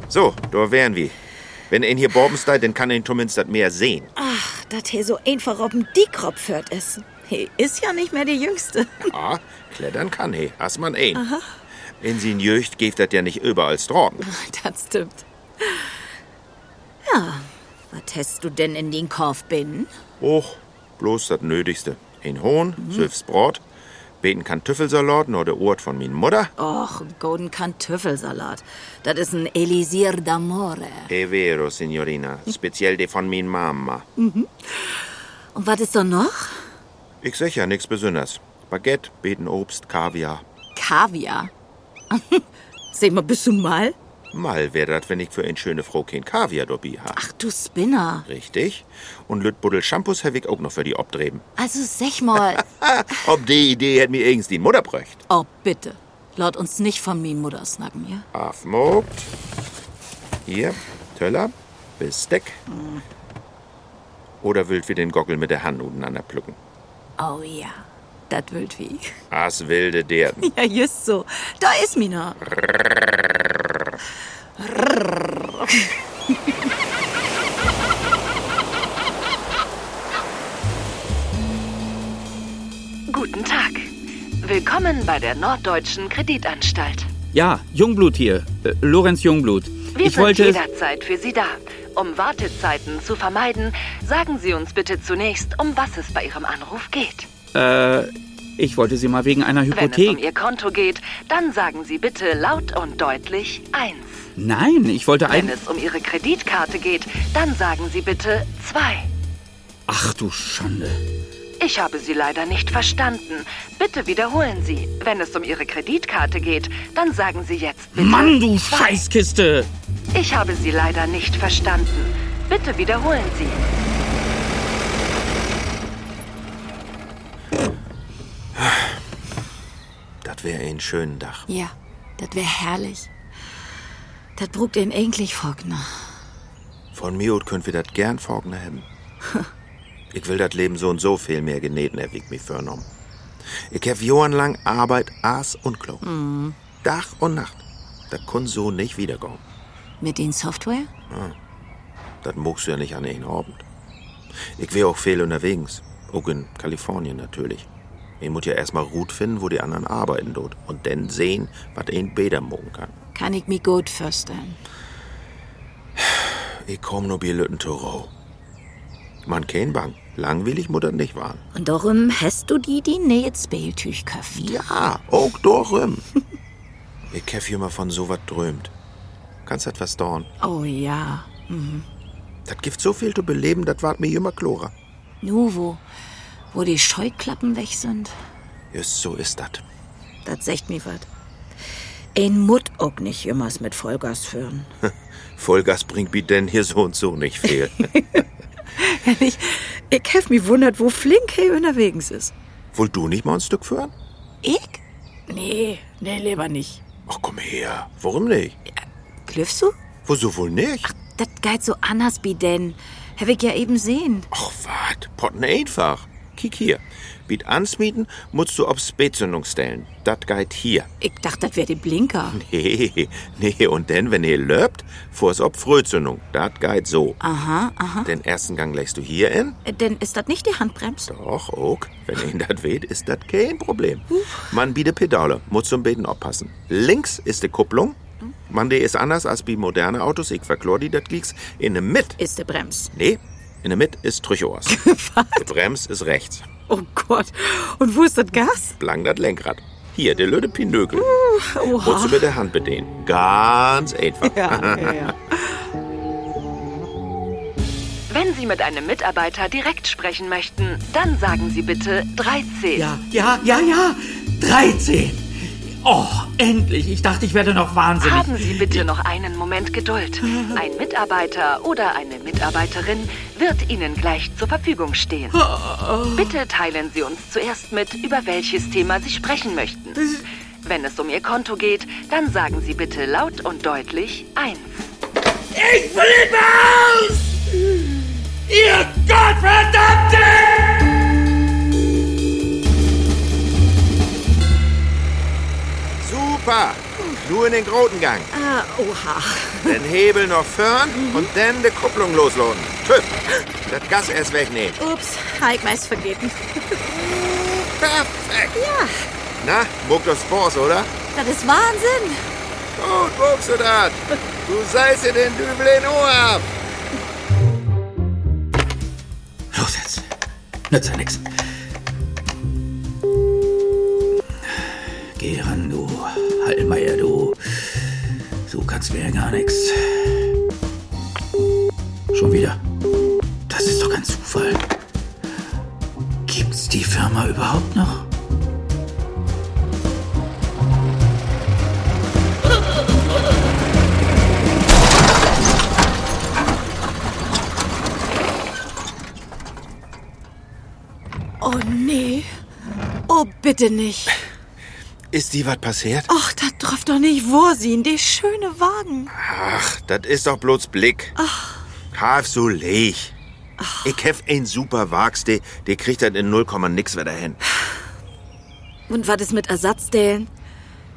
Speaker 6: So, da wären wir. Wenn ihn hier Borbens da, dann kann ihn zumindest das Meer sehen.
Speaker 8: Ach, dass hier so einfach auf dem Dickkopf hört ist. He ist ja nicht mehr die Jüngste. <laughs>
Speaker 6: Ah, klettern kann he, hast man ein. Wenn sie ihn jücht, geht das ja nicht überall straten.
Speaker 8: das stimmt. Ja, was hast du denn in den Korf bin?
Speaker 6: Och, bloß das Nötigste. Ein Hohn, mhm. Brot, beten kann Tüffelsalat nur der Ort von min Mutter.
Speaker 2: Och, Golden Kartoffelsalat. Das ist ein Elisir d'Amore.
Speaker 6: E vero, Signorina. Speziell die von min Mama.
Speaker 2: Und was ist da noch?
Speaker 6: Ich sag ja nix Besonderes. Baguette, Betenobst, Kaviar.
Speaker 2: Kaviar. <laughs> Sag mal, bist du mal?
Speaker 6: Mal wär dat, wenn ich für ein schöne Frau kein Kaviar dabei ha.
Speaker 2: Ach du Spinner.
Speaker 6: Richtig. Und Lütbuddel Shampoos hab ich auch noch für die obdreben.
Speaker 2: Also sag mal,
Speaker 6: Ob die Idee hätt mir irgends die Mutter bräucht.
Speaker 2: <laughs> oh bitte, laut uns nicht von min Mutter snacken, ja?
Speaker 6: Afmogt. Hier, Töller, Besteck. Oder willt wir den Gockel mit der Hand untereinander pflücken?
Speaker 2: Oh ja, das wild wie.
Speaker 6: As wilde derden.
Speaker 2: Ja, <laughs> just so. Da ist Mina.
Speaker 9: Guten Tag. Willkommen bei der Norddeutschen Kreditanstalt.
Speaker 3: Ja, Jungblut hier. Äh, Lorenz Jungblut.
Speaker 9: Wir
Speaker 3: ich
Speaker 9: sind
Speaker 3: wollte.
Speaker 9: jederzeit für Sie da. Um Wartezeiten zu vermeiden, sagen Sie uns bitte zunächst, um was es bei Ihrem Anruf geht.
Speaker 3: Äh, ich wollte Sie mal wegen einer
Speaker 9: Wenn es um
Speaker 3: Hypothek.
Speaker 9: Ihr Konto geht, dann sagen Sie bitte laut und deutlich 1.
Speaker 3: Nein, ich wollte
Speaker 9: Wenn
Speaker 3: eigentlich.
Speaker 9: es um Ihre Kreditkarte geht, dann sagen Sie bitte 2.
Speaker 3: Ach du Schande.
Speaker 9: Ich habe Sie leider nicht verstanden. Bitte wiederholen Sie. Wenn es um Ihre Kreditkarte geht, dann sagen Sie jetzt bitte.
Speaker 3: Mann, du
Speaker 9: zwei.
Speaker 3: Scheißkiste!
Speaker 9: Ich habe Sie leider nicht verstanden. Bitte wiederholen Sie.
Speaker 6: Dat wär ein schönen Dach.
Speaker 2: Ja, das wär herrlich. Das brugt ihn eigentlich Faulkner.
Speaker 6: Von mir aus könnt wir dat gern vorgner haben. ich will dat Leben so und so viel mehr genähten, er wiegt mich vernommen. Ich hab johrenlang Arbeit, Aas und Klo. Dach und Nacht. Da kun so nicht wiederkommen.
Speaker 2: Mit den Software?
Speaker 6: Das magst du ja nicht an einen Abend. Ich wär auch viel unterwegs. Auch in Kalifornien natürlich. Ich muss ja erstmal Ruth finden, wo die anderen arbeiten dort. Und dann sehen, was ein Bäder machen kann.
Speaker 2: Kann ich mir gut vorstellen.
Speaker 6: Ich komm nur bei Lütten Toro. Man kein Bang. Langweilig muss das nicht waren.
Speaker 2: Und darum hast du die, die Nähe Köpft.
Speaker 6: Ja, auch <laughs> dorem. ich käff immer von so was drömt. Kannst dat was dauern.
Speaker 2: Oh ja.
Speaker 6: Dat gibt so viel zu beleben, dat ward mir immer klorer.
Speaker 2: Nu wo? Wo die Scheuklappen weg sind?
Speaker 6: Just so ist dat.
Speaker 2: Das sagt mir was. Ein Mut auch nicht immers mit Vollgas führen.
Speaker 6: Vollgas bringt mir denn hier so und so nicht <laughs> viel.
Speaker 2: Ehrlich, ich hab mich wundert, wo flink he unterwegs ist.
Speaker 6: Wollt du nicht mal ein Stück führen?
Speaker 2: Ich? Nee, nee, lieber nicht.
Speaker 6: Ach komm her, warum nicht?
Speaker 2: Glüffst du?
Speaker 6: Wieso wohl nicht?
Speaker 2: Das geht so anders wie denn. Hab ich ja eben sehen.
Speaker 6: Ach wat, potten einfach. Kick hier. Biet ansmieten, musst du auf Spätzündung stellen. Dat geht hier. <laughs>
Speaker 2: Ich dachte, das wäre die Blinker.
Speaker 6: Nee, nee, und denn, wenn ihr löbt, vors ob Frühzündung. Dat geht so.
Speaker 2: Aha, aha.
Speaker 6: Den ersten Gang legst du hier in.
Speaker 2: Äh, Denn ist das nicht die Handbremse?
Speaker 6: Doch, ook. Wenn ihn dat weht, ist dat kein Problem. Man biete Pedale, muss zum Beten aufpassen. Links ist die Kupplung.
Speaker 2: Hm.
Speaker 6: Man, die ist anders als bei moderne Autos. Ich verklor die dat Glicks. In der Mitte.
Speaker 2: Ist die Brems.
Speaker 6: Nee, in der Mitte
Speaker 2: <laughs>
Speaker 6: ist Trüchoas. Die Brems ist rechts.
Speaker 2: Oh Gott. Und wo ist das Gas?
Speaker 6: Blang dat Lenkrad. Hier, der löde Pinökel.
Speaker 2: Uh,
Speaker 6: Musst du mit der Hand bedienen. Ganz einfach.
Speaker 9: Wenn Sie mit einem Mitarbeiter direkt sprechen möchten, dann sagen Sie bitte 13.
Speaker 3: Ja, ja, ja, ja. 13. Oh, endlich. Ich dachte, ich werde noch wahnsinnig.
Speaker 9: Haben Sie bitte noch einen Moment Geduld. Ein Mitarbeiter oder eine Mitarbeiterin wird Ihnen gleich zur Verfügung stehen. Bitte teilen Sie uns zuerst mit, über welches Thema Sie sprechen möchten. Wenn es um Ihr Konto geht, dann sagen Sie bitte laut und deutlich 1.
Speaker 3: Ich flippe aus! Ihr Gottverdammte!
Speaker 6: <laughs> Super. Nur in den großen Gang.
Speaker 2: Ah, oha. Mhm.
Speaker 6: Den Hebel noch fern und dann die Kupplung losloten. Tüff. Das Gas erst wegnehmen.
Speaker 2: Ups, hab ich meist vergeben.
Speaker 6: Perfekt. Ja. Na, muck das Force, oder?
Speaker 2: Das ist Wahnsinn.
Speaker 6: Gut, muckst du das. Du seist dir den Dübel in Ohr ab.
Speaker 3: Los jetzt. Nützt ja nix. Geh ran, du Hallmeier, du. Du kannst mir ja gar nichts. Schon wieder. Das ist doch kein Zufall. Gibt's die Firma überhaupt noch?
Speaker 10: Oh nee. Oh bitte nicht.
Speaker 6: Ist dir was passiert?
Speaker 10: Ach, da darf doch nicht wo sehen, der schöne Wagen.
Speaker 6: Ach, das ist doch bloß Blick.
Speaker 10: Ach,
Speaker 6: Haf so leich. Ich hef ein super Wachs, der der kriegt das in 0, nix wieder hin.
Speaker 2: Und was ist mit Ersatzdellen?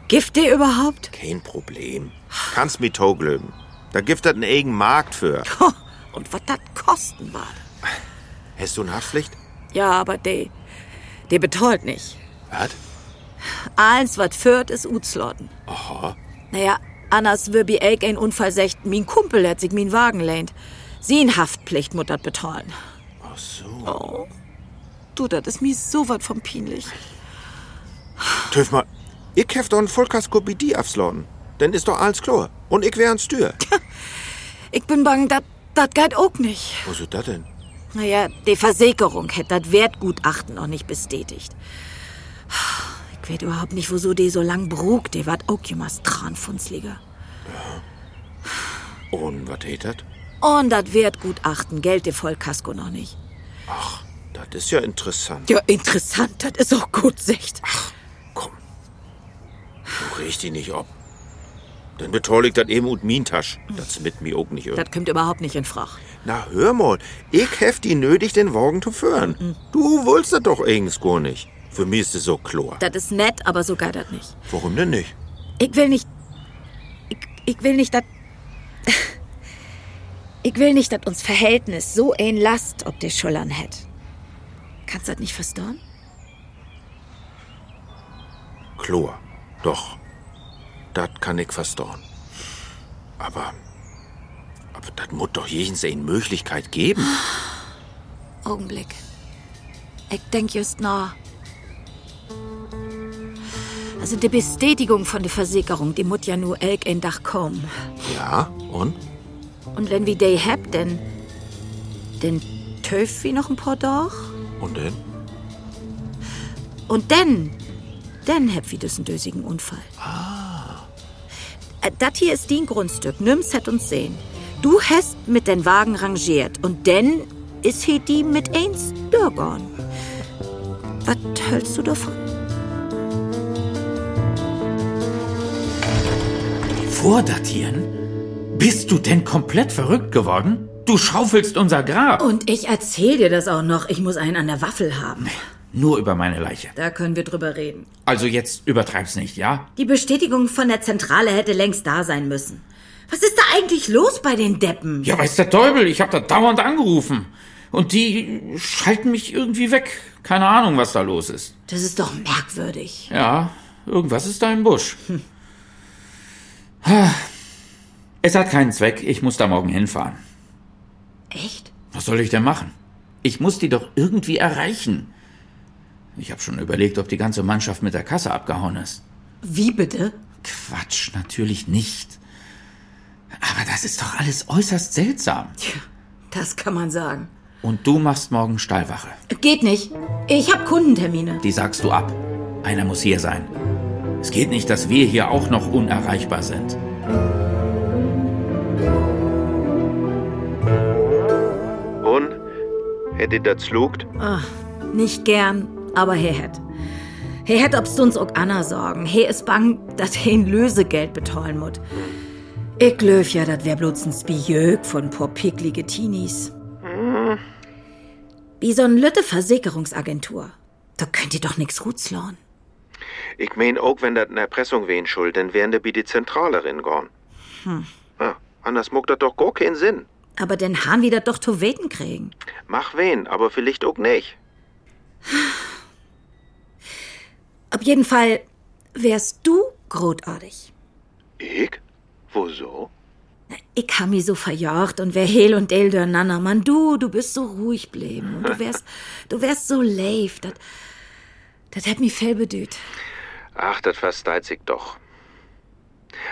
Speaker 2: Gift der überhaupt?
Speaker 6: Kein Problem. Kannst mit Tau glöben. Da gibt das einen eigenen Markt für.
Speaker 2: Und was das kosten war?
Speaker 6: Hast du eine Haftpflicht?
Speaker 2: Ja, aber der, der betäubt nicht.
Speaker 6: Was?
Speaker 2: Eins, was führt, ist Uzlotten.
Speaker 6: Aha.
Speaker 2: Naja, anders würbi eik ein Unfall secht, min Kumpel hat sich min Wagen lehnt. Sie in Haftpflicht mut dat betollen.
Speaker 6: Ach so.
Speaker 10: Oh. Du, das ist mir so was von peinlich.
Speaker 6: Töf mal, ich hef doch einen Vollkaskopidie aufslauten. Dann ist doch alles klar. Und ich wär ans Tür.
Speaker 2: Ich bin bang, dat, dat geht auch nicht.
Speaker 6: Was ist das denn?
Speaker 2: Naja, die Versicherung hätt dat Wertgutachten noch nicht bestätigt. Ich weet überhaupt nicht, wieso die so lang brug, die wat auch jemals Tranfunzliger.
Speaker 6: Und was tät das?
Speaker 2: Und dat Wertgutachten gelt de Vollkasko noch nicht.
Speaker 6: Das ist ja interessant.
Speaker 2: Ja, interessant, das ist auch gut sicht.
Speaker 6: Du riechst die nicht ob. Dann betäul ich das eben und Mintasch. Das mit mir auch nicht irre.
Speaker 2: Das kommt überhaupt nicht in Frage.
Speaker 6: Na, hör mal, ich hef die nötig, den Wagen zu führen. Du wolltest das doch irgends gar nicht. Für mich ist es so klar.
Speaker 2: Das ist nett, aber so geht das nicht.
Speaker 6: Warum denn nicht?
Speaker 2: Ich will nicht. Ich, ich will nicht, dass. <laughs> Ich will nicht, dass uns Verhältnis so ein Last ob der Schullern hätt. Kannst du das nicht verstehen?
Speaker 6: Chlor, doch. Das kann ich verstauen. Aber. Aber das muss doch jedens eine Möglichkeit geben.
Speaker 11: Augenblick. Ich denk just na.
Speaker 2: Also die Bestätigung von der Versicherung, die muss ja nur elk ein Dach kommen.
Speaker 6: Ja, und?
Speaker 2: Und wenn wir die hab, denn. denn töf wie noch ein paar Dach.
Speaker 6: Und denn?
Speaker 2: Und dann, dann hab wir diesen dösigen Unfall. Ah. Das hier ist dein Grundstück. Nimm's hätt uns sehen. Du hast mit den Wagen rangiert und dann ist hier die mit eins Bürgern. Was hältst du davon?
Speaker 3: Vordatieren? Bist du denn komplett verrückt geworden? Du schaufelst unser Grab.
Speaker 2: Und ich erzähl dir das auch noch. Ich muss einen an der Waffel haben.
Speaker 3: Nur über meine Leiche.
Speaker 2: Da können wir drüber reden.
Speaker 3: Also jetzt übertreib's nicht, ja?
Speaker 2: Die Bestätigung von der Zentrale hätte längst da sein müssen. Was ist da eigentlich los bei den Deppen?
Speaker 3: Ja, weiß der Teufel, ich hab da dauernd angerufen. Und die schalten mich irgendwie weg. Keine Ahnung, was da los ist.
Speaker 2: Das ist doch merkwürdig.
Speaker 3: Ja, irgendwas ist da im Busch. Ah, Es hat keinen Zweck, ich muss da morgen hinfahren.
Speaker 2: Echt?
Speaker 3: Was soll ich denn machen? Ich muss die doch irgendwie erreichen. Ich habe schon überlegt, ob die ganze Mannschaft mit der Kasse abgehauen ist.
Speaker 2: Wie bitte?
Speaker 3: Quatsch, natürlich nicht. Aber das ist doch alles äußerst seltsam.
Speaker 2: Das kann man sagen.
Speaker 3: Und du machst morgen Stallwache.
Speaker 2: Geht nicht. Ich hab Kundentermine.
Speaker 3: Die sagst du ab. Einer muss hier sein. Es geht nicht, dass wir hier auch noch unerreichbar sind.
Speaker 6: Und? Hätte das slugt?
Speaker 2: Ach, nicht gern, aber Herr hätt. Herr hätt obst uns auch Anna sorgen. Herr ist bang, dass er ein Lösegeld betollen mut. Ich löf ja, dat wär bloß ein Spiejög von paar picklige Teenies. Wie so ein Lütte Versicherungsagentur. Da könnt ihr doch nix Ruts lauen.
Speaker 6: Ich mein, auch wenn das eine Erpressung wen schuld, dann wären der bi die Zentrale rinngorn.
Speaker 2: Hm.
Speaker 6: Ja, anders muckt das doch gar keinen Sinn.
Speaker 2: Aber den Hahn wieder doch zu weten kriegen.
Speaker 6: Mach wen, aber vielleicht auch nicht.
Speaker 2: Auf jeden Fall wärst du großartig.
Speaker 6: Ich? Wieso?
Speaker 2: Ich hab mich so verjagt und wär hel und del durcheinander. Mann, du, du bist so ruhig bleiben.
Speaker 6: <laughs>
Speaker 2: Und du wärst, du wärst so leif. Das, das hat mich fell bedüht.
Speaker 6: Ach, das versteht sich doch.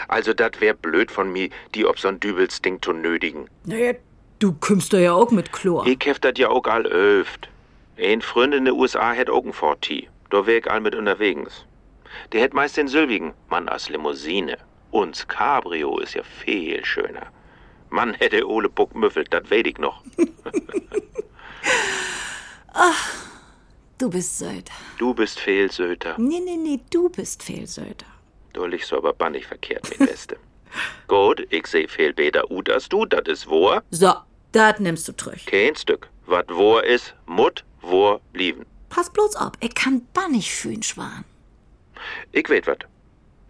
Speaker 6: Also, das wär blöd von mir, die ob so'n Dübels Ding zu nötigen.
Speaker 12: Naja, du kümmst ja auch mit Chlor.
Speaker 6: Ich hef dat ja auch all öft. Ein Freund in de USA hätt auch ein Forti. Da wär ich all mit unterwegs. Der hätt meist den Sylvigen, Mann als Limousine. Uns Cabrio ist ja viel schöner. Mann <laughs> hätte Ole Buck müffelt, dat weet ich noch.
Speaker 2: Ach, du bist Söder.
Speaker 6: Du bist Fehlsöter.
Speaker 2: Nee, nee, nee, du bist Fehlsöder.
Speaker 6: Du liegst so aber bannig verkehrt,
Speaker 3: <laughs>
Speaker 6: mein Beste. Gut, ich seh viel besser ut als du, dat is wohr.
Speaker 12: So, dat nimmst du durch.
Speaker 6: Kein Stück. Wat wohr is, mut wohr blieben.
Speaker 2: Pass bloß ab, er kann bannig fühlen, Schwan.
Speaker 6: Ich weet wat.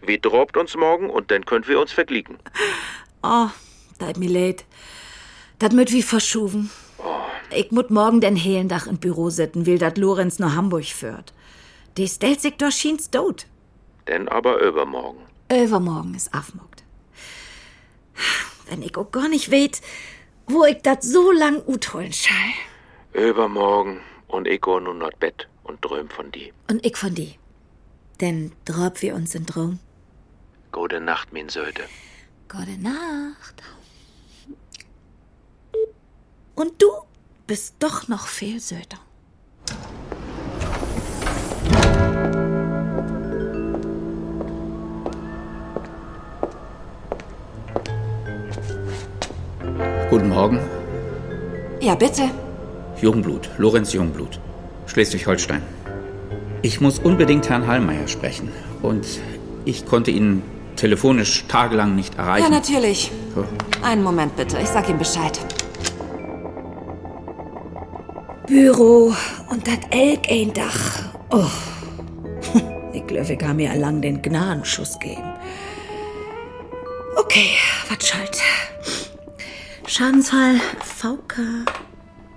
Speaker 6: Wir drobt uns morgen und dann könnt wir uns vergliegen.
Speaker 2: Oh, dat mir leid. Dat müt wie verschoben. Ich mut morgen den helen Dach in Büro sitten, will dat Lorenz nach Hamburg führt. Die stellt sich doch schien's tot.
Speaker 6: Denn aber übermorgen.
Speaker 2: Übermorgen ist Afmuckt. Wenn ich auch gar nicht weet, wo ich dat so lang utholen schall.
Speaker 6: Übermorgen und ich go nun not Bett und dröm von dir.
Speaker 4: Und ich von die. Denn drob wir uns in Traum.
Speaker 6: Gute Nacht, mein Söde.
Speaker 4: Gute Nacht. Und du bist doch noch Fehlsöder.
Speaker 3: Guten Morgen.
Speaker 13: Ja, bitte.
Speaker 3: Jungblut, Lorenz Jungblut, Schleswig-Holstein. Ich muss unbedingt Herrn Hallmeier sprechen. Und ich konnte ihn telefonisch tagelang nicht erreichen.
Speaker 13: Ja, natürlich.
Speaker 3: So.
Speaker 13: Einen Moment bitte, ich sag ihm Bescheid.
Speaker 4: Büro und dat Elk ein Dach. Oh. <laughs> Ich glaube, ich kann mir allang den Gnadenschuss geben. Okay, was schalt? Schadensfall VK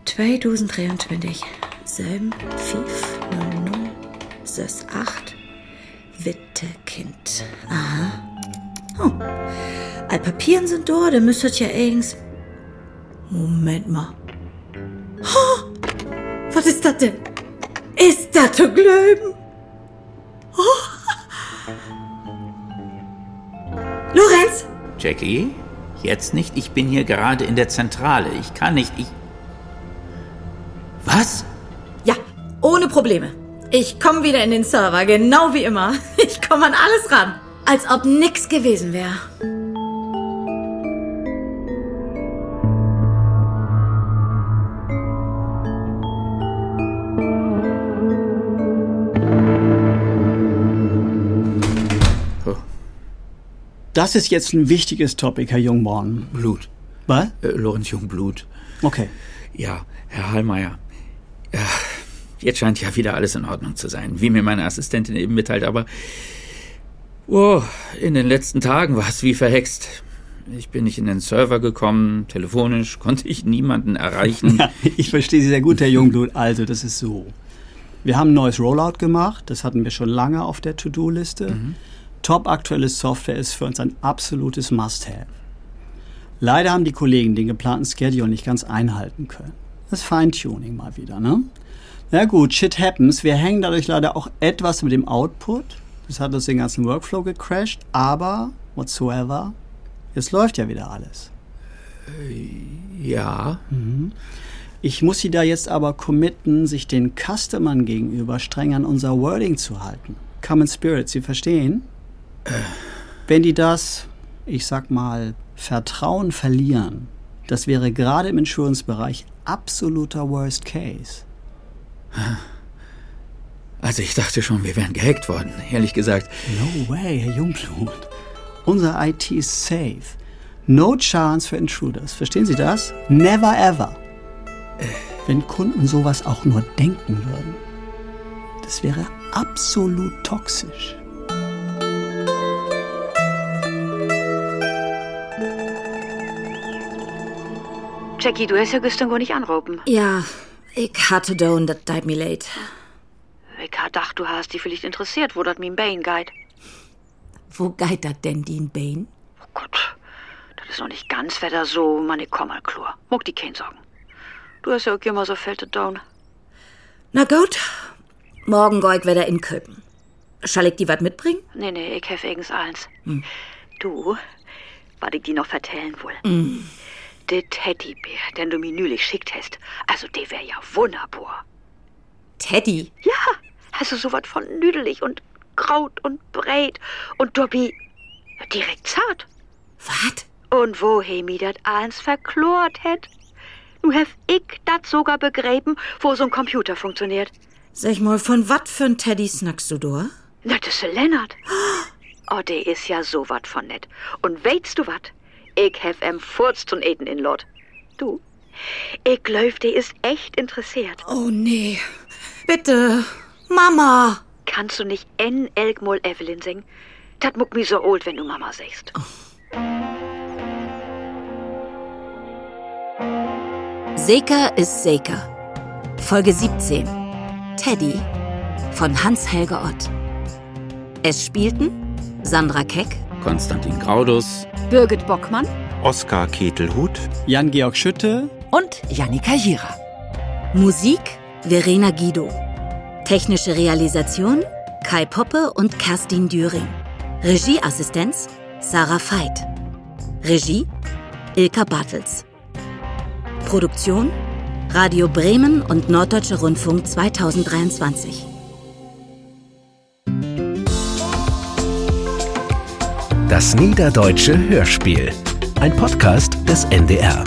Speaker 4: 2023 7 5 0 0 6 8 Wittekind. Aha. Oh. All Papieren sind da, dann müsstet ja irgends. Moment mal. Oh, was ist das denn? Ist das zu glöben? Oh. Lorenz!
Speaker 3: Jackie? Jetzt nicht. Ich bin hier gerade in der Zentrale. Ich kann nicht. Ich. Was?
Speaker 12: Ja, ohne Probleme. Ich komme wieder in den Server, genau wie immer. <laughs> Ich komme an alles ran. Als ob nix gewesen wäre.
Speaker 14: Das ist jetzt ein wichtiges Topic, Herr Jungborn.
Speaker 3: Blut.
Speaker 14: Was?
Speaker 3: Äh, Lorenz Jungblut.
Speaker 14: Okay.
Speaker 3: Ja, Herr Hallmeier. Ja, jetzt scheint ja wieder alles in Ordnung zu sein, wie mir meine Assistentin eben mitteilt, aber oh, in den letzten Tagen war es wie verhext. Ich bin nicht in den Server gekommen, telefonisch konnte ich niemanden erreichen.
Speaker 14: <laughs> ich verstehe Sie sehr gut, Herr Jungblut. Also, das ist so. Wir haben ein neues Rollout gemacht, das hatten wir schon lange auf der To-Do-Liste. Top aktuelle Software ist für uns ein absolutes Must-Have. Leider haben die Kollegen den geplanten Schedule nicht ganz einhalten können. Das Feintuning mal wieder, ne? Na gut, shit happens. Wir hängen dadurch leider auch etwas mit dem Output. Das hat uns den ganzen Workflow gecrashed, aber whatsoever, jetzt läuft ja wieder alles.
Speaker 3: Ja.
Speaker 14: Mhm. Ich muss Sie da jetzt aber committen, sich den Customern gegenüber streng an unser Wording zu halten. Common Spirit, Sie verstehen?
Speaker 3: Äh.
Speaker 14: Wenn die das, ich sag mal, Vertrauen verlieren, das wäre gerade im Insurance-Bereich absoluter Worst Case.
Speaker 3: Äh. Also ich dachte schon, wir wären gehackt worden, ehrlich gesagt.
Speaker 14: No way, Herr Jungblut. Unser IT ist safe. No chance für Intruders. Verstehen Sie das? Never ever. Wenn Kunden sowas auch nur denken würden, das wäre absolut toxisch.
Speaker 9: Jackie, du hast ja gestern gar nicht anrufen.
Speaker 12: Ja, ich hatte da und das died mir late.
Speaker 9: Ich hab gedacht, du hast dich vielleicht interessiert, wo das mein Bane geht.
Speaker 12: Wo geht das denn, Dean Bane?
Speaker 9: Oh Gott, das ist noch nicht ganz wetter so. Mann, ich komm mal klar. Muck die keinen Sorgen. Du hast ja auch immer so fette Down.
Speaker 12: Na gut, morgen geh ich wieder in Köpen.
Speaker 15: Schall ich die was mitbringen?
Speaker 4: Nee, nee, ich helfe eigens eins.
Speaker 15: Hm.
Speaker 4: Du, was ich dir noch vertellen will.
Speaker 12: Hm.
Speaker 15: Mm.
Speaker 4: Der Teddybär, den du mir nülich schickt hast, also der wär ja wunderbar.
Speaker 2: Teddy?
Speaker 4: Ja, also sowas von nüdelig und kraut und breit und Dobby direkt zart.
Speaker 2: Wat?
Speaker 4: Und wo he mi dat eins verklort hätt? Nu hef ich dat sogar begräben, wo so'n Computer funktioniert.
Speaker 15: Sag mal, von wat für'n Teddy snackst du da?
Speaker 4: Na, das ist Lennart. Oh, der ist ja so wat von nett. Und weißt du wat? Ich hef em Furz zum Eten in Lot. Du? Ich glaub, der ist echt interessiert.
Speaker 16: Oh nee. Bitte. Mama.
Speaker 4: Kannst du nicht N. Elkmol Evelyn singen? Dat muck mi so old, wenn du Mama sagst.
Speaker 2: Seker ist Seker. Folge 17. Teddy von Hans-Helge Ott. Es spielten Sandra Keck,
Speaker 3: Konstantin Graudus,
Speaker 2: Birgit Bockmann
Speaker 6: Oskar Ketelhut.
Speaker 14: Jan-Georg Schütte.
Speaker 2: und Janika Jira. Musik Verena Guido. Technische Realisation Kai Poppe und Kerstin Düring. Regieassistenz Sarah Veit. Regie Ilka Bartels. Produktion Radio Bremen und Norddeutscher Rundfunk 2023.
Speaker 1: Das niederdeutsche Hörspiel. Ein Podcast des NDR.